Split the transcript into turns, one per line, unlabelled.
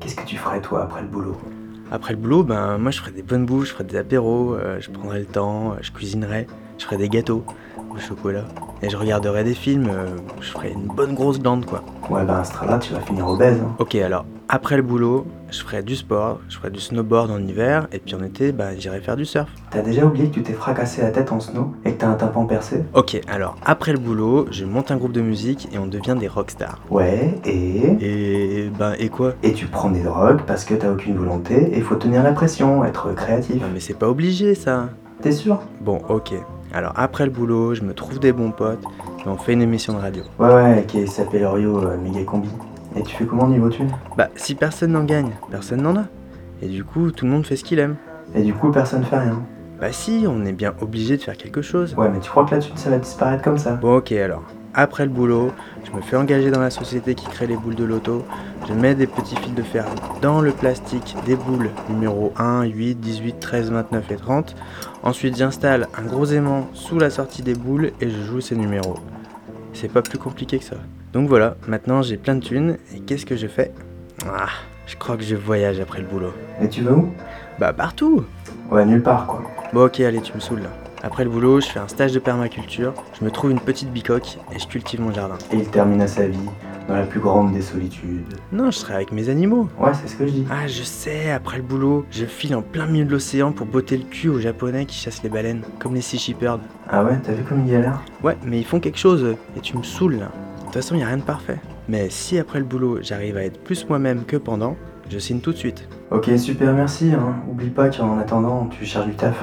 Qu'est-ce que tu ferais toi après le boulot
Après le boulot, ben moi je ferais des bonnes bouches, je ferais des apéros, euh, je prendrais le temps, euh, je cuisinerais, je ferais des gâteaux au chocolat. Et je regarderais des films, euh, je ferais une bonne grosse glande quoi.
Ouais, ben à ce train-là, tu vas finir obèse. hein.
Ok alors, après le boulot, je ferais du sport, je ferais du snowboard en hiver, et puis en été, ben j'irais faire du surf.
T'as déjà oublié que tu t'es fracassé la tête en snow et que t'as un tympan percé
Ok alors, après le boulot, je monte un groupe de musique et on devient des rockstars.
Ouais, et.
Et ben et quoi
Et tu prends des drogues parce que t'as aucune volonté et faut tenir la pression, être créatif.
Non mais c'est pas obligé ça.
T'es sûr
Bon, ok. Alors après le boulot, je me trouve des bons potes et on fait une émission de radio.
Ouais, ouais, qui s'appelle Orio euh, Méga Combi. Et tu fais comment niveau thune
Bah, si personne n'en gagne, personne n'en a. Et du coup, tout le monde fait ce qu'il aime.
Et du coup, personne fait rien.
Bah si, on est bien obligé de faire quelque chose.
Ouais, mais tu crois que la thune ça va disparaître comme ça
Bon, ok alors. Après le boulot, je me fais engager dans la société qui crée les boules de loto. Je mets des petits fils de fer dans le plastique des boules numéro 1, 8, 18, 13, 29 et 30. Ensuite, j'installe un gros aimant sous la sortie des boules et je joue ces numéros. C'est pas plus compliqué que ça. Donc voilà, maintenant j'ai plein de thunes et qu'est-ce que je fais Ah, je crois que je voyage après le boulot.
Et tu vas où
Bah partout
Ouais, nulle part quoi.
Bon ok allez tu me saoules là. Après le boulot, je fais un stage de permaculture, je me trouve une petite bicoque et je cultive mon jardin.
Et il termina sa vie dans la plus grande des solitudes.
Non, je serai avec mes animaux.
Ouais, c'est ce que je dis.
Ah je sais, après le boulot, je file en plein milieu de l'océan pour botter le cul aux japonais qui chassent les baleines, comme les sea shepherds.
Ah ouais, t'as vu comme il galère
Ouais, mais ils font quelque chose eux, et tu me saoules là. De toute façon, y a rien de parfait. Mais si après le boulot, j'arrive à être plus moi-même que pendant, je signe tout de suite.
Ok, super, merci. Hein. Oublie pas qu'en attendant, tu cherches du taf.